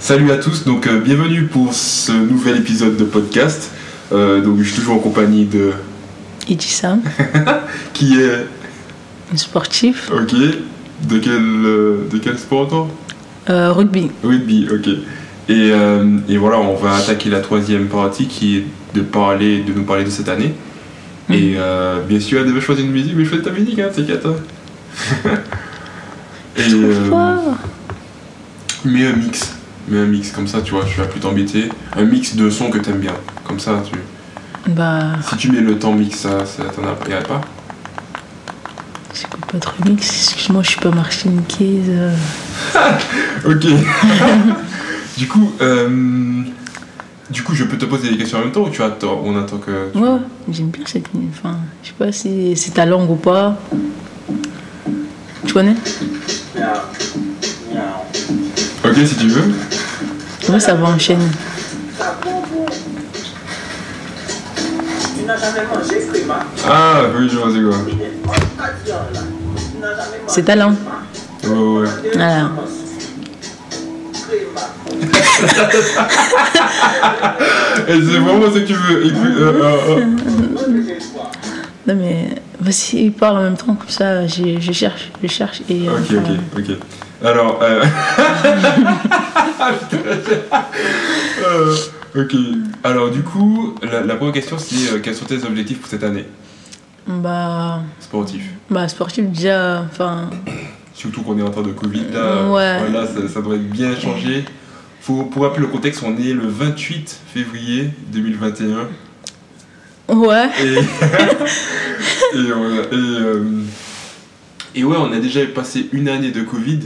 Salut à tous, donc euh, bienvenue pour ce nouvel épisode de podcast. Euh, donc je suis toujours en compagnie de Il dit ça. qui est Sportif. ok de quel euh, de quel sport toi Euh, rugby. Rugby, ok. Et, euh, et voilà, on va attaquer la troisième partie qui est de parler de nous parler de cette année. Et euh, bien sûr, elle devait choisir une musique, mais choisis ta musique, hein, c'est qu'à toi. Et, Je trouve euh, fort. Mets un mix. Mets un mix, comme ça, tu vois, tu vas plus t'embêter. Un mix de sons que t'aimes bien. Comme ça, tu... Bah, Si tu mets le temps mix, ça, ça t'en a- y a pas. j'écoute pas de remix. Excuse-moi, je suis pas martiniquaise. euh. Ok. du coup, euh, du coup, je peux te poser des questions en même temps ou tu attends On attend que. tu- Ouais, j'aime bien cette. Enfin, je sais pas si c'est ta langue ou pas. Tu connais Ok, si tu veux. Oui, ça va enchaîner. Tu n'as jamais mangé frima. Ah, oui, je vois, c'est quoi. Il est en cadre, là. Tu n'as jamais mangé C'est ta langue. Ouais, ouais, ouais. deux Voilà. chances. Frima. Et Eh, c'est vraiment ce que tu veux. Écoute, euh, euh, euh. Non, mais vas-y, parle en même temps, comme ça, je, je cherche, je cherche. Et, euh, Ok, enfin, ok, ok. Alors, euh... euh, ok. Alors, du coup, la, la première question, c'est euh, quels sont tes objectifs pour cette année Bah, sportifs bah, sportif, déjà, enfin, Surtout qu'on est en train de Covid, là, Ouais. voilà, ça, ça doit être bien changé. Faut, pour rappeler le contexte, on est le 28 février 2021. ouais. Et, et, on a- et, euh, et ouais, on a déjà passé une année de Covid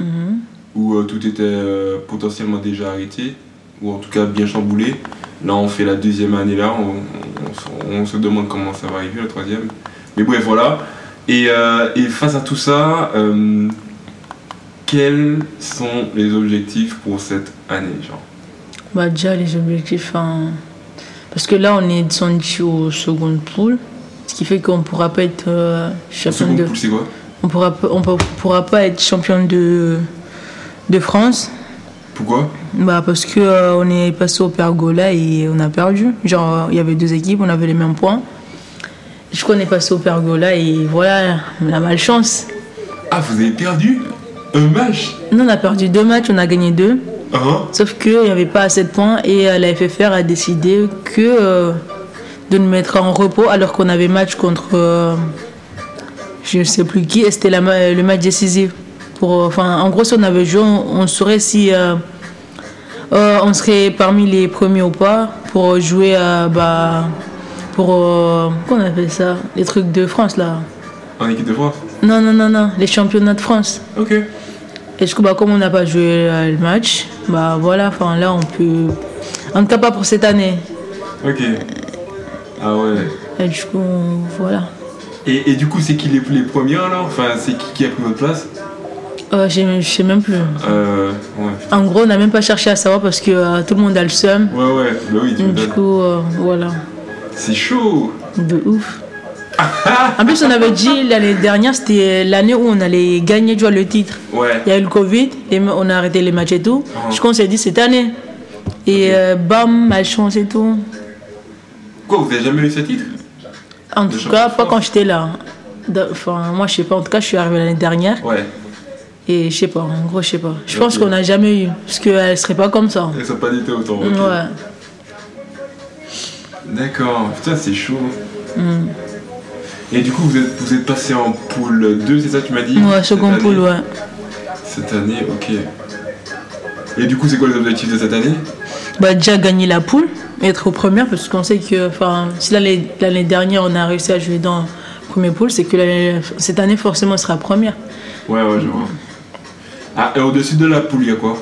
Mhm. où euh, tout était euh, potentiellement déjà arrêté, ou en tout cas bien chamboulé. Là, on fait la deuxième année là, on, on- on se- on se demande comment ça va arriver, la troisième. Mais bref, voilà. Et, euh, et face à tout ça, euh, quels sont les objectifs pour cette année genre Bah déjà les objectifs, hein. parce que là on est descendu au second pool, ce qui fait qu'on pourra pas être euh, champion Second de, pool, c'est quoi on pourra pas- on pa- pourra pas être champion de de France, Pourquoi bah parce que euh, on est passé au pergola et on a perdu. Genre euh, il y avait deux équipes, on avait les mêmes points. Je qu'on est passé au pergola et voilà, on a malchance. Ah, vous avez perdu un match Nous on a perdu deux matchs, on a gagné deux. Hein Sauf qu'il n'y avait pas assez de points et euh, la FFR a décidé que euh, de nous mettre en repos alors qu'on avait match contre euh, je ne sais plus qui et c'était la ma- le match décisif. Pour, euh, enfin, en gros, si on avait joué, on, on saurait si euh, euh, on serait parmi les premiers ou pas pour jouer à. Bah, pour. euh, qu'on appelle ça Les trucs de France là. En équipe de France Non, non, non, non, les championnats de France. Ok. Et du coup, bah, comme on n'a pas joué euh, le match, bah voilà, enfin là on peut. En tout cas, pas pour cette année. Ok. Ah ouais. Et du coup, on- voilà. Et, et du coup, c'est qui les, les premiers alors Enfin, c'est qui qui a pris votre place Euh, j'ai- je sais même plus. Euh. Ouais. En gros, on n'a même pas cherché à savoir parce que euh, tout le monde a le seum. Ouais, ouais, bah oui, tu me Du donnes. coup, euh, voilà. C'est chaud De ouf. En plus, on avait dit l'année dernière, c'était l'année où on allait gagner tu vois, le titre. Ouais. Il y a eu le Covid, les ma- on a arrêté les matchs et tout. Ah. Du coup, on s'est dit cette année. Et euh, bam, malchance et tout. Quoi, vous avez jamais eu ce titre En Des tout gens cas, de pas force. quand j'étais là. De- Enfin, moi, je sais pas. En tout cas, je suis arrivée l'année dernière Ouais. et je sais pas. En gros, je sais pas. Je pense Ok. qu'on n'a jamais eu parce qu'elle serait pas comme ça. Elles sont pas d'été autant. ok. Ouais. D'accord, putain, c'est chaud. Mm. Et du coup, vous êtes, vous êtes passé en poule 2, c'est ça, tu m'as dit Ouais, cette second année pool, ouais. Cette année, ok. Et du coup, c'est quoi les objectifs de cette année Bah, déjà gagner la poule, être aux premières parce qu'on sait que, enfin, si l'année l'année dernière on a réussi à jouer dans le premier pool, c'est que l'année- cette année forcément on sera première. Ouais, ouais, je Mm. vois. Ah, et au-dessus de la poule, il y a quoi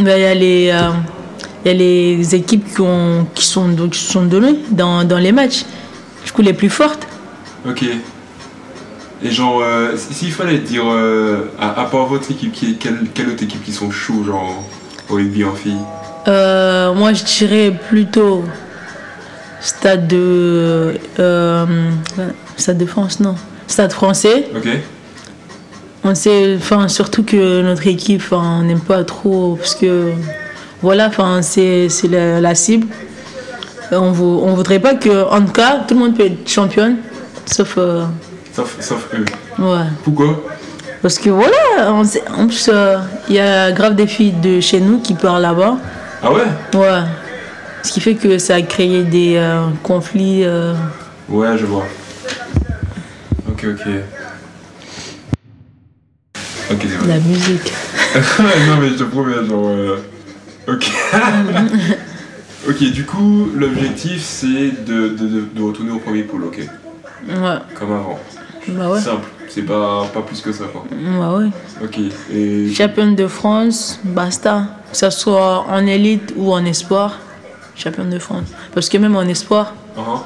Bah, Il y, a les, euh, il y a les équipes qui, ont, qui, sont, qui se sont données dans, dans les matchs. Du coup, les plus fortes. Ok. Et genre, euh, s- s'il fallait dire, euh, à, à part votre équipe, qui est, quelle, quelle autre équipe qui sont chauds, genre, au rugby en filles Euh, moi, je dirais plutôt Stade de. euh, Stade de France, non. Stade français, Ok on sait, enfin, surtout que notre équipe, enfin, on n'aime pas trop, parce que voilà, enfin, c'est c'est la, la cible. On vou- on voudrait pas que, en tout cas, tout le monde peut être championne, sauf. euh, Sauf, sauf eux. ouais. Pourquoi Parce que voilà, on sait- en plus, euh, il y a grave des filles de chez nous qui partent là-bas. Ah ouais Ouais. Ce qui fait que ça a créé des euh, conflits. euh, Ouais, je vois. Ok, ok. Ok, c'est de vrai. la musique. non, mais je te promets, genre. euh, Ok. ok, du coup, l'objectif c'est de, de, de- de retourner au premier pool, ok Ouais. Comme avant. Bah ouais. Simple, c'est pas, pas plus que ça, quoi. Bah ouais. Ok, et. Championne de France, basta. Que ça soit en élite ou en espoir, championne de France. Parce que même en espoir, Ah,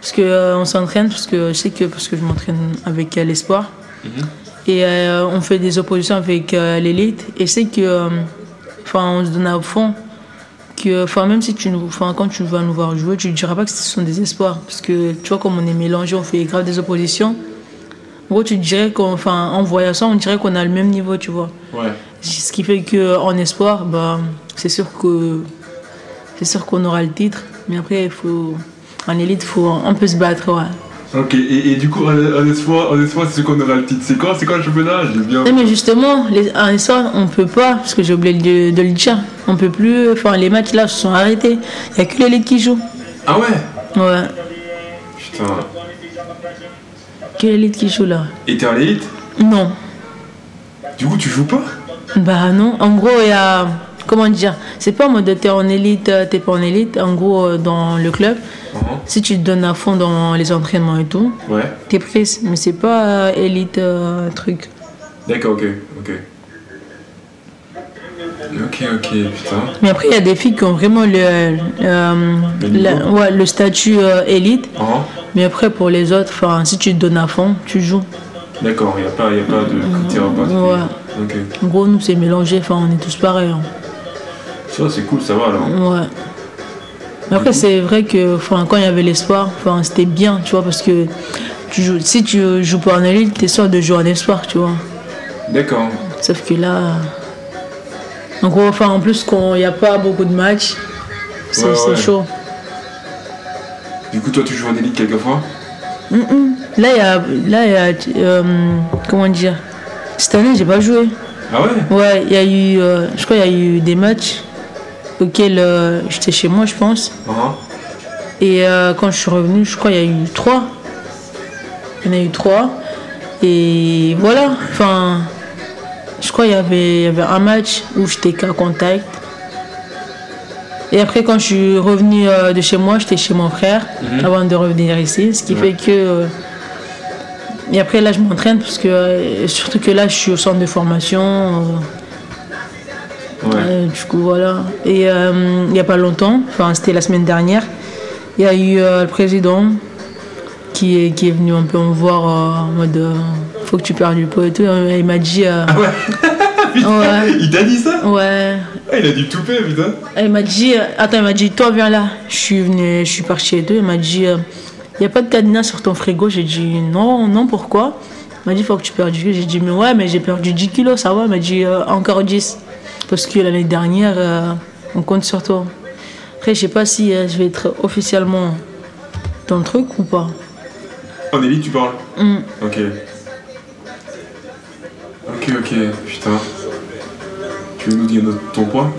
parce que euh, on s'entraîne, parce que je sais que parce que je m'entraîne avec euh, l'espoir. Mhm. Et euh, on fait des oppositions avec euh, l'élite. Et c'est que, euh, enfin, on se donne à fond. Que, enfin, même si tu nous, enfin, quand tu vas nous voir jouer, tu ne diras pas que ce sont des espoirs, parce que tu vois comme on est mélangé, on fait grave des oppositions. En gros, tu dirais qu'en, enfin, en voyant ça, on dirait qu'on a le même niveau, tu vois. ouais. Ce qui fait que en espoir, bah, c'est sûr que c'est sûr qu'on aura le titre, mais après il faut en élite, faut on peut se battre, ouais. Ok, et, et du coup, en, en espoir, en espoir, c'est ce qu'on aura le titre. C'est quoi, c'est quoi le championnat J'ai bien. Non, mais justement, les, en espoir, on peut pas, parce que j'ai oublié de, de le dire, on peut plus. Enfin, les matchs là se sont arrêtés. Il y a que l'élite qui joue. Ah ouais Ouais, Putain. que l'élite qui joue là. Et t'es en élite Non, Du coup, tu joues pas bah non. En gros, il y a comment dire, c'est pas en mode t'es en élite, euh, t'es pas en élite. En gros, euh, dans le club, Ah, si tu te donnes à fond dans les entraînements et tout, Ouais. T'es prise, mais c'est pas euh, élite truc. D'accord, ok, ok. Ok, ok, putain. Mais après, il y a des filles qui ont vraiment le, euh, Le niveau. la- ouais, le statut euh, élite. Ah, Mais après, pour les autres, 'fin, si tu te donnes à fond, tu joues. d'accord, y a pas, y a pas de tir Ouais. Ok. En gros, nous, c'est mélangé. Enfin, on est tous pareils. hein. Ça, c'est cool, ça va alors. Ouais. Mhm. Mais après, c'est vrai que 'fin, quand il y avait l'espoir, 'fin, c'était bien, tu vois, parce que tu joues, si tu joues pas en élite, t'es sûr de jouer en espoir, tu vois. D'accord. Sauf que là. En gros, enfin, en plus, quand il n'y a pas beaucoup de matchs, c'est Ouais, c'est ouais. chaud. Du coup, toi, tu joues en élite quelquefois Mm, mm. Là, il y a. Là, il y a euh, comment dire Cette année, j'ai pas joué. Ah ouais Ouais, il y a eu. euh, je crois qu'il y a eu des matchs auxquels euh, j'étais chez moi, je pense. Ah, Et euh, quand je suis revenu, je crois qu'il y a eu trois. Il y en a eu trois. Et voilà. Enfin, je crois qu'il y avait, il y avait un match où j'étais qu'à contact. Et après, quand je suis revenu euh, de chez moi, j'étais chez mon frère Mhm. avant de revenir ici. Ce qui Ouais. fait que. euh, et après, là, je m'entraîne parce que. euh, surtout que là, je suis au centre de formation. euh, ouais. euh, du coup, voilà. Et euh, il n'y a pas longtemps, enfin, c'était la semaine dernière, il y a eu euh, le président qui est, qui est venu un peu me voir euh, en mode euh, faut que tu perdes du pot et tout. Et Il m'a dit. euh, ouais Ouais. Il t'a dit ça ouais. Ah, Il a dû tout payer, putain. Et Il m'a dit. euh, Attends, il m'a dit toi, viens là. Je suis venu, je suis partie chez deux. Il m'a dit il n'y a pas de cadenas sur ton frigo. J'ai dit non, non, pourquoi Il m'a dit faut que tu perdes du J'ai dit mais ouais, mais j'ai perdu 10 kilos, ça va. Il m'a dit Euh, encore 10. Parce que l'année dernière, euh, on compte sur toi. Après, je sais pas si euh, je vais être officiellement dans le truc ou pas. En élite, tu parles Hmm. Ok. Ok, ok, putain. Tu veux nous dire notre- ton poids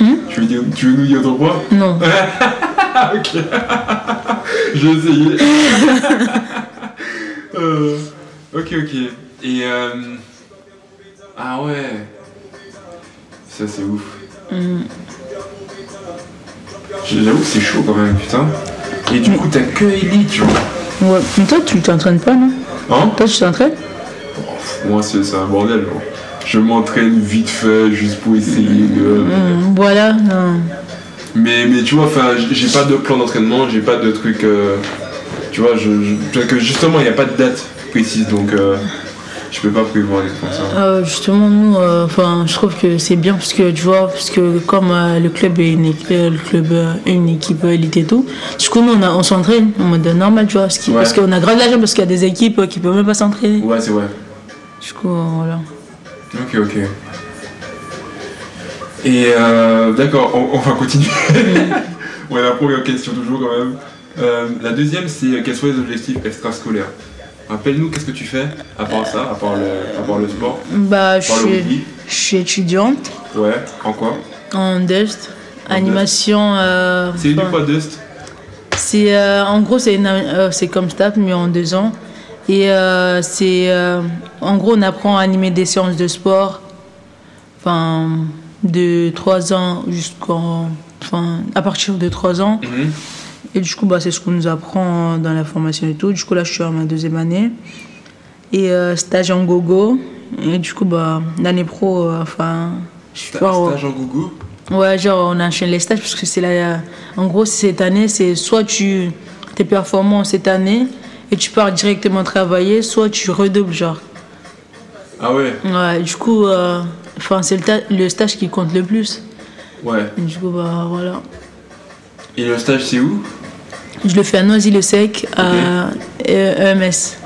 Hmm tu, veux dire- tu veux nous dire ton poids Non. Ah, ok. J'ai essayé. Euh, ok, ok. Et. euh, Ah ouais. Ça, c'est ouf. Hmm. J'avoue que c'est chaud quand même, putain. Et du coup, t'as que Elite, genre. Ouais. Mais toi, tu t'entraînes pas, non Hein Toi, tu t'entraînes Moi, c'est c'est un bordel, genre. Je m'entraîne vite fait juste pour essayer de. Hmm, Voilà. non. Mais, mais tu vois, enfin, j- j'ai pas de plan d'entraînement, j'ai pas de truc. euh, tu vois, je, je- tu vois que justement, il n'y a pas de date précise, donc euh, je peux pas prévoir des trucs comme ça. Euh, justement, nous, euh, enfin, je trouve que c'est bien parce que tu vois, parce que comme euh, le club est une équipe, le club euh, est une équipe élite et tout, du coup, nous, on, a- on s'entraîne en mode normal, tu vois, parce, qu'il- Ouais. parce qu'on a grave l'argent parce qu'il y a des équipes euh, qui peuvent même pas s'entraîner. Ouais, c'est vrai. Du coup, euh, voilà. Ok, ok. Et euh, d'accord, on, on va continuer. ouais, la première question toujours quand même. Euh, la deuxième, c'est euh, quels sont les objectifs extrascolaires Rappelle-nous, qu'est-ce que tu fais à part ça, à part le, à part le sport, Bah, je à part le suis, rugby je suis étudiante Ouais, en quoi en Dust. En E Animation. euh, C'est du enfin, quoi, Dust c'est, euh, en gros, c'est, une- euh, c'est comme STAP, mais en deux ans. Et euh, c'est. euh, en gros, on apprend à animer des séances de sport. Enfin, de 3 ans jusqu'en. Enfin, à partir de 3 ans. Mhm. Et du coup, bah, c'est ce qu'on nous apprend dans la formation et tout. Du coup, là, je suis à ma deuxième année. Et euh, stage en gogo. Et du coup, bah, l'année pro, euh, enfin. je suis Sta- pas au- Stage en gougou Ouais, genre, on enchaîne les stages parce que c'est la. En gros, cette année, c'est soit tu es performant cette année et tu pars directement travailler, soit tu redoubles, genre. Ah ouais Ouais, du coup, euh, enfin, c'est le, ta- le stage qui compte le plus. Ouais. Et du coup, bah, voilà. Et le stage, c'est où Je le fais à Noisy-le-Sec, à E- EMS,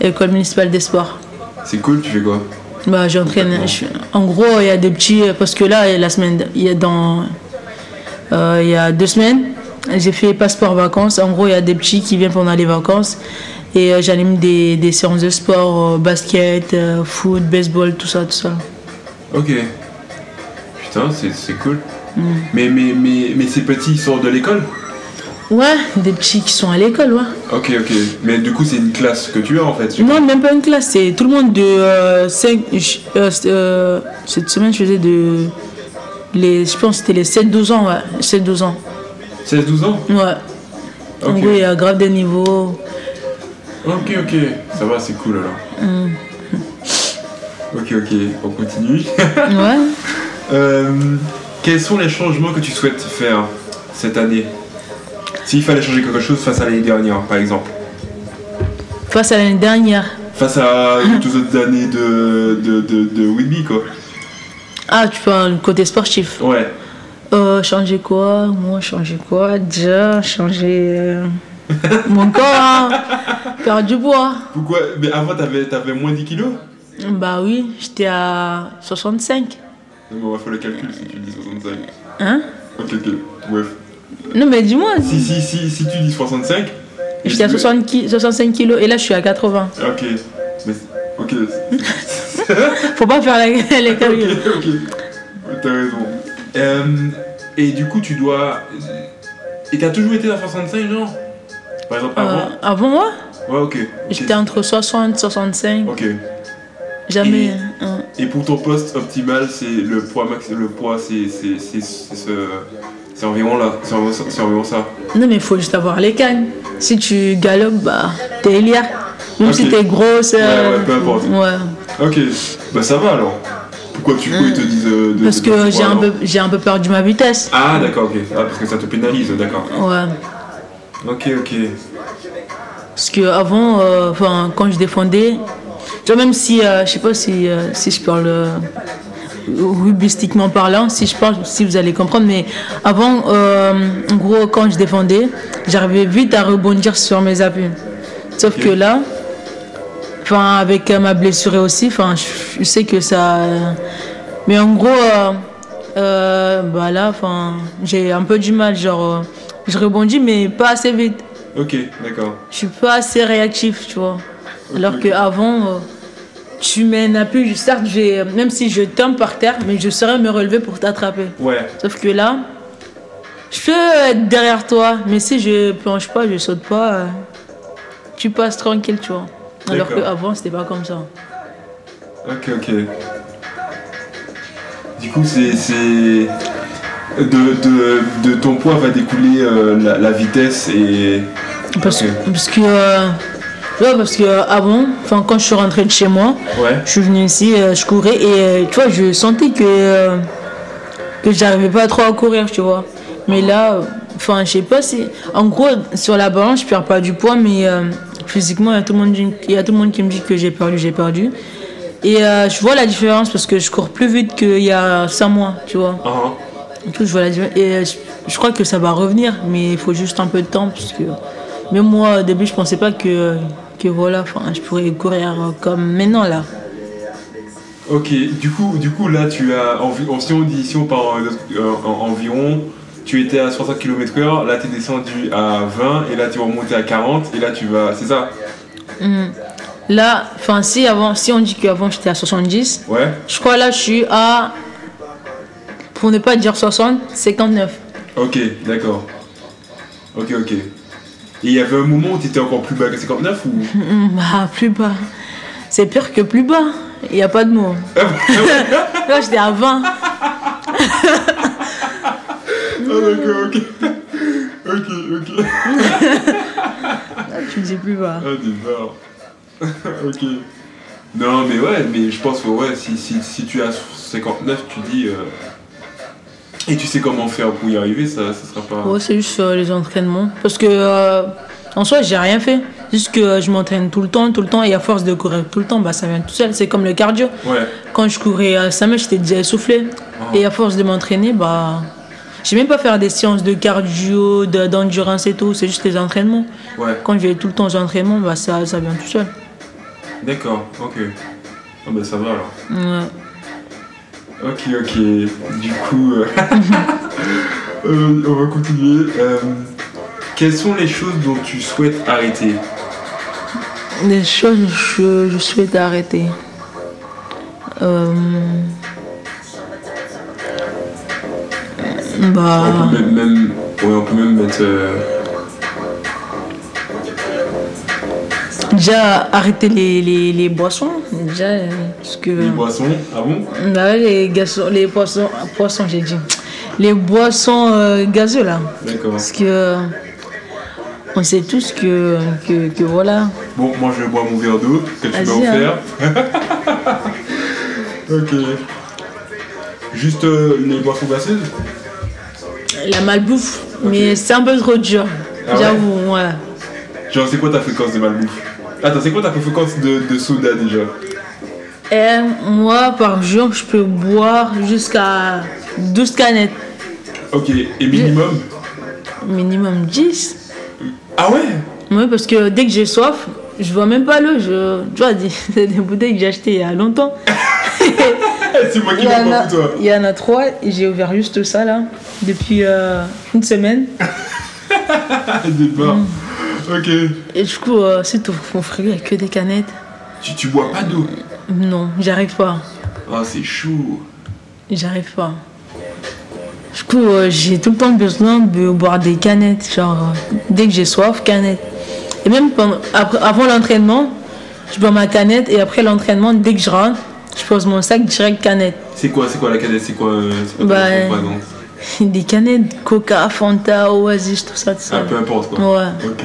École municipale des sports. C'est cool, tu fais quoi Bah, j'entraîne. Complètement. je- en gros, il y a des petits. euh, Parce que là, la semaine, il y a dans. euh, il y a deux semaines, j'ai fait passeport vacances. En gros, il y a des petits qui viennent pendant les vacances. Et euh, j'anime des, des séances de sport, euh, basket, euh, foot, baseball, tout ça, tout ça. Ok. Putain, c'est c'est cool. Mais, mais, mais, mais ces petits, ils sortent de l'école Ouais, des petits qui sont à l'école, ouais. Ok, ok. Mais du coup, c'est une classe que tu as en fait. Non, même pas une classe, c'est tout le monde de euh, 5. euh, cette semaine, je faisais de. Les, je pense que c'était les 7-12 ans, ouais. 7-12 ans. 16-12 ans Ouais. En Ok. gros, il y a grave des niveaux. Ok, ok. Ça va, c'est cool alors. Ok, ok. On continue. Ouais. Euh, quels sont les changements que tu souhaites faire cette année S'il fallait changer quelque chose face à l'année dernière, par exemple. Face à l'année dernière. Face à toutes les autres années de, de, de, de rugby, quoi. Ah, tu parles du côté sportif. Ouais. Euh, changer quoi Moi, changer quoi Déjà, changer. euh, mon corps, hein. Perdre du poids. Pourquoi Mais avant, t'avais avais moins 10 kilos Bah oui, j'étais à 65. Non, mais on va faire le calcul si tu dis 65. Hein Ok, ok. Ouais. Non, mais dis-moi. Si, si, si, si tu dis 65. J'étais à 60 ki- 65 kilos et là, je suis à 80. Ok. Mais, ok. Faut pas faire la- les Ok, calculs. ok. T'as raison. Euh, et du coup, tu dois. Et t'as toujours été à 65, genre Par exemple, Euh, avant avant moi, Ouais, ok. ok. j'étais entre 60 65. Ok. Jamais. Et- hein. Et pour ton poste optimal, c'est le poids max. Le poids, c'est. C'est c'est- c'est ce- c'est environ là. C'est environ, ça- c'est environ ça. Non, mais il faut juste avoir les cannes. Si tu galopes, bah, t'es Elia. Même Ok. si t'es grosse. euh, Ouais, ouais, peu importe. ouais. Ok. Bah, ça va alors. Pourquoi tu coup, ils te disent. euh, de- Parce de- de- que j'ai un, alors peu, j'ai un peu perdu ma vitesse. Ah, d'accord, ok. Ah, parce que ça te pénalise, d'accord. Ouais. Ok, ok. Parce que avant, euh, enfin, quand je défendais, tu vois, même si, euh, je sais pas si, euh, si je parle euh, rubistiquement parlant, si je parle, si vous allez comprendre, mais avant, euh, en gros, quand je défendais, j'arrivais vite à rebondir sur mes appuis. Sauf Ok. que là, enfin, avec euh, ma blessure et aussi, enfin, je- je sais que ça. Mais en gros, euh, euh, bah là, enfin, j'ai un peu du mal, genre, euh, je rebondis, mais pas assez vite Ok, d'accord. je suis pas assez réactif, tu vois. Alors Ok. que avant, euh, tu mets un appui, je- certes, j'ai- euh, même si je tombe par terre, mais je saurais me relever pour t'attraper. Ouais. Sauf que là, je peux être derrière toi, mais si je planche pas, je saute pas, euh, tu passes tranquille, tu vois. Alors D'accord. qu'avant, c'était pas comme ça. Ok, ok. Du coup, c'est. c'est- De, de, de ton poids va découler euh, la, la vitesse et. Parce, Ok. parce que. euh, ouais, parce que euh, avant, enfin, quand je suis rentrée de chez moi, Ouais. Je suis venue ici, euh, je courais et euh, tu vois, je sentais que, euh, que j'arrivais pas trop à courir, tu vois. Mais là, euh, enfin, je sais pas si. En gros, sur la balance, je perds pas du poids, mais euh, physiquement, il y, a tout le monde qui- il y a tout le monde qui me dit que j'ai perdu, j'ai perdu. Et euh, je vois la différence parce que je cours plus vite qu'il y a 5 mois, tu vois. Ah, ah. Et tout, je vois la différence. Et euh, je, je crois que ça va revenir, mais il faut juste un peu de temps parce que. Même moi, au début, je pensais pas que, que voilà, enfin, je pourrais courir euh, comme maintenant là. Ok, du coup, du coup là, tu as. envi- en- Si on dit, si on part en, euh, en- environ, tu étais à 60 km/h, là, tu es descendu à 20, et là, tu vas remonter à 40, et là, tu vas. C'est ça Hmm. Là, enfin, si, avant, si on dit qu'avant j'étais à 70, Ouais je crois là je suis à, pour ne pas dire 60, 59. Ok, d'accord. Ok, ok. Et il y avait un moment où tu étais encore plus bas que 59 ou. Hmm, bah, plus bas. C'est pire que plus bas. Il n'y a pas de mot. là, j'étais à 20. Ah, d'accord, ok. ok, ok. Là, tu dis plus bas. Ah, des barres. ok. Non, mais ouais, mais je pense que ouais, si, si, si tu as 59, tu dis. euh, et tu sais comment faire pour y arriver, ça, ça sera pas. Ouais, c'est juste euh, les entraînements. Parce que, euh, en soi, j'ai rien fait. Juste que euh, je m'entraîne tout le temps, tout le temps, et à force de courir tout le temps, bah, ça vient tout seul. C'est comme le cardio. Ouais. Quand je courais à 5 mètres, j'étais déjà essoufflé. Ah. Et à force de m'entraîner, bah. J'ai même pas faire des séances de cardio, de- d'endurance et tout, c'est juste les entraînements. Ouais. Quand je vais tout le temps aux entraînements, bah ça, ça vient tout seul. D'accord, ok. Ah, bah ça va alors. Ouais. Ok, ok. Du coup, euh, euh, on va continuer. Euh, quelles sont les choses dont tu souhaites arrêter Des choses que je souhaite arrêter. Euh... Bah. On peut même, même- ouais, on peut même mettre. euh, Déjà, arrêter les, les, les boissons. Déjà, euh, parce que. les boissons. Ah bon Bah ouais, les, gazo- les poissons, poissons j'ai dit. Les boissons euh, gazeuses, là. D'accord. Parce que. euh, On sait tous que, que, que voilà. Bon, moi je bois mon verre d'eau que tu m'as Vas-y, hein. offert. ok. Juste euh, les boissons glaceuses La malbouffe. Mais c'est un peu trop dur. Ah ouais J'avoue, voilà. Genre, c'est quoi ta fréquence de malbouffe Attends, c'est quoi ta fréquence de, de soda déjà Et moi, par jour, je peux boire jusqu'à 12 canettes. Ok, et minimum Minimum 10. Ah ouais Oui, parce que dès que j'ai soif, je vois même pas l'eau. Je... Tu vois, des- c'est des bouteilles que j'ai achetées il y a longtemps. Eh, C'est moi qui Il y, m'en en a, parle pour toi il y en a trois et j'ai ouvert juste ça là depuis euh, une semaine. Ah, des barres. Mm. Ok. Et du coup, euh, c'est tout. Mon frère, il y a que des canettes. Tu, tu bois pas d'eau Non, j'arrive pas. Ah, c'est chaud. J'arrive pas. Du coup, euh, j'ai tout le temps besoin de boire des canettes. Genre, euh, dès que j'ai soif, canette. Et même pendant- après- avant l'entraînement, je bois ma canette. Et après l'entraînement, dès que je rentre, je pose mon sac direct canette. C'est quoi, c'est quoi la cadette C'est quoi euh, c'est quoi Bah, ton- ton euh, présent Des canettes, Coca, Fanta, Oasis, tout ça, tout Ah, ça. peu importe quoi. Ouais. Ok.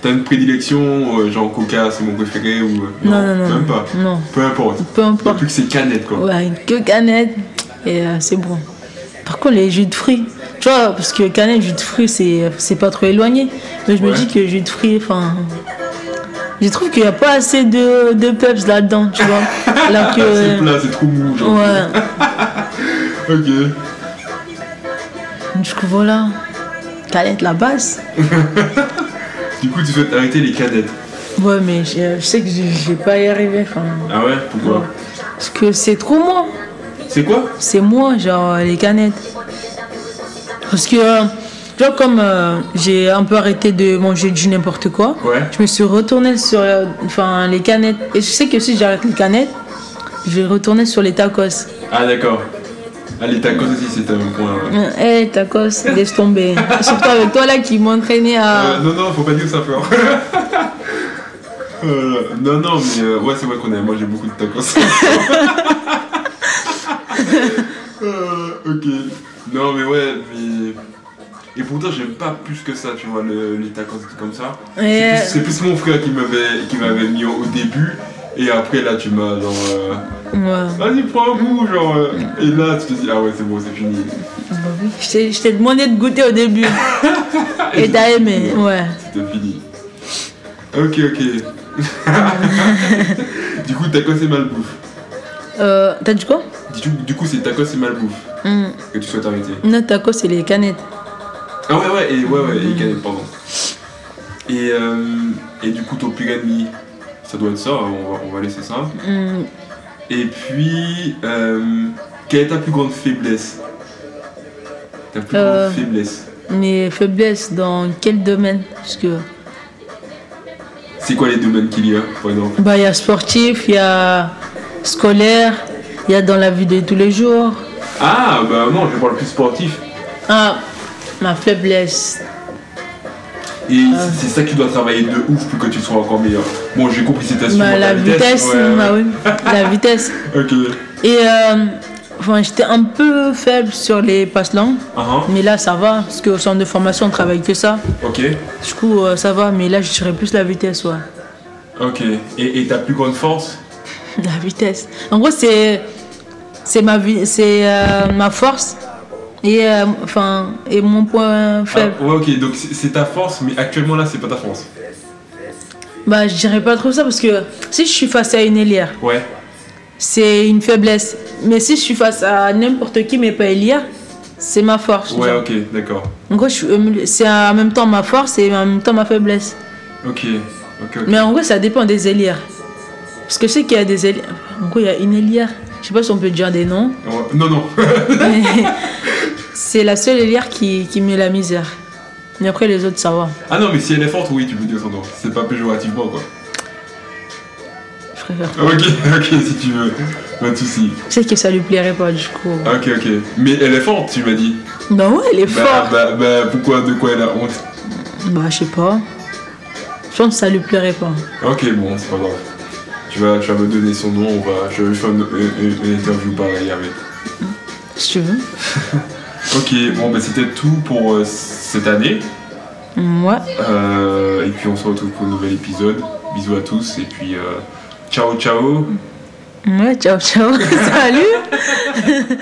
T'as une prédilection, euh, genre Coca, c'est mon préféré ou. euh, Non, non, non. Même pas. Non. Peu importe. Peu importe. Plus que c'est canette quoi. Ouais, que canette. Et euh, c'est bon. Par contre, les jus de fruits, tu vois, parce que canette, jus de fruits, c'est, c'est pas trop éloigné. Mais je me Ouais. dis que jus de fruits, enfin. Je trouve qu'il n'y a pas assez de, de peps là-dedans, tu vois. Alors Ah, c'est que. euh, plat, c'est trop mou. Genre. Ouais. Ok. Du coup, voilà. Canette, la base. Du coup, tu souhaites arrêter les cadettes. Ouais, mais je, je sais que je je vais pas y arriver. enfin. Ah ouais Pourquoi Parce que c'est trop moi. C'est quoi c'est moi, genre euh, les canettes. Parce que, euh, tu vois, comme euh, j'ai un peu arrêté de manger du n'importe quoi, Ouais. je me suis retournée sur euh, enfin, les canettes. Et je sais que si j'arrête les canettes, je vais retourner sur les tacos. Ah d'accord. Ah, les tacos aussi, c'est un point. ouais. Hé, Eh, tacos, laisse tomber. Surtout avec toi là qui m'entraînais Euh, à. non, non, faut pas dire ça fort. Euh, non, non, mais euh, ouais, c'est vrai qu'on a. Moi, j'ai beaucoup de tacos. Euh, ok. Non, mais ouais, mais. Et pourtant, j'aime pas plus que ça, tu vois, le- les tacos et tout comme ça. Euh, Et, C'est plus- C'est plus, mon frère qui m'avait qui m'avait mis au au début. Et après, là, tu m'as genre. euh, ouais. Vas-y, prends un bout, genre. euh, Et là, tu te dis, ah ouais, c'est bon, c'est fini. Ah, bah Je t'ai- je t'ai demandé de goûter au début. Et t'as aimé, ouais. C'était fini. Ok, ok. du coup, tacos et malbouffe. Euh, T'as dit quoi Du, du coup, c'est tacos et malbouffe Hmm. que tu souhaites arrêter. Non, tacos, c'est les canettes. Ah ouais, ouais, et ouais, ouais, et canette, pardon. Et, hein, euh, et du coup, ton plus ennemi, ça doit être ça, on va, on va laisser ça. Hmm. Et puis, euh, quelle est ta plus grande faiblesse Ta plus Euh. grande faiblesse. Mes faiblesses dans quel domaine Parce que C'est quoi les domaines qu'il y a, par exemple bah il y a sportif, il y a scolaire, il y a dans la vie de tous les jours. Ah, bah non, je parle plus sportif. Ah, ma faiblesse. Et Euh. c'est ça que tu dois travailler de ouf pour que tu sois encore meilleur. Bon, j'ai compris, c'était sur Bah, la vitesse, ouais, bah ouais. oui, la vitesse. Ok. Et euh, enfin, j'étais un peu faible sur les passes longues, Ah, mais là ça va, parce qu'au centre de formation on travaille que ça. ah, ok. Du coup euh, ça va, mais là je dirais plus la vitesse, ouais. Ok. Et, et ta plus grande force La vitesse. En gros c'est c'est ma vie, c'est euh, ma force et euh, enfin et mon point Ah, faible. Ouais, ok, donc c'est c'est ta force, mais actuellement là, c'est pas ta force. Bah je dirais pas trop ça parce que si je suis face à une hélière, Ouais. c'est une faiblesse. Mais si je suis face à n'importe qui mais pas hélière, c'est ma force. Ouais, genre. ok, d'accord. En gros, je suis au milieu- c'est en même temps ma force et en même temps ma faiblesse. Ok, ok, ok. Mais en gros, ça dépend des hélières. Parce que je sais qu'il y a des hélières. En gros, il y a une hélière. Je sais pas si on peut dire des noms. Ouais, Non, non. mais c'est la seule hélière qui, qui met la misère. Mais après, les autres, ça va. ah non, mais si elle est forte, oui, tu peux dire son nom. C'est pas péjorativement, quoi. Je préfère. Ok, ok, si tu veux. Pas de soucis. Je sais que ça lui plairait pas, du coup. Ah, Ok, ok. Mais elle est forte, tu m'as dit. Bah ouais, elle est Bah, forte. bah, bah, pourquoi, de quoi elle a honte Bah, je sais pas. Je pense que ça lui plairait pas. Ok, bon, c'est pas grave. Tu vas, tu vas me donner son nom, on va, je vais faire une, une- une interview pareil avec. Si tu veux. Ok, bon, bah, c'était tout pour euh, cette année. Ouais. Euh, et puis, on se retrouve pour un nouvel épisode. Bisous à tous, et puis, euh, ciao, ciao. Ouais, ciao, ciao. Salut.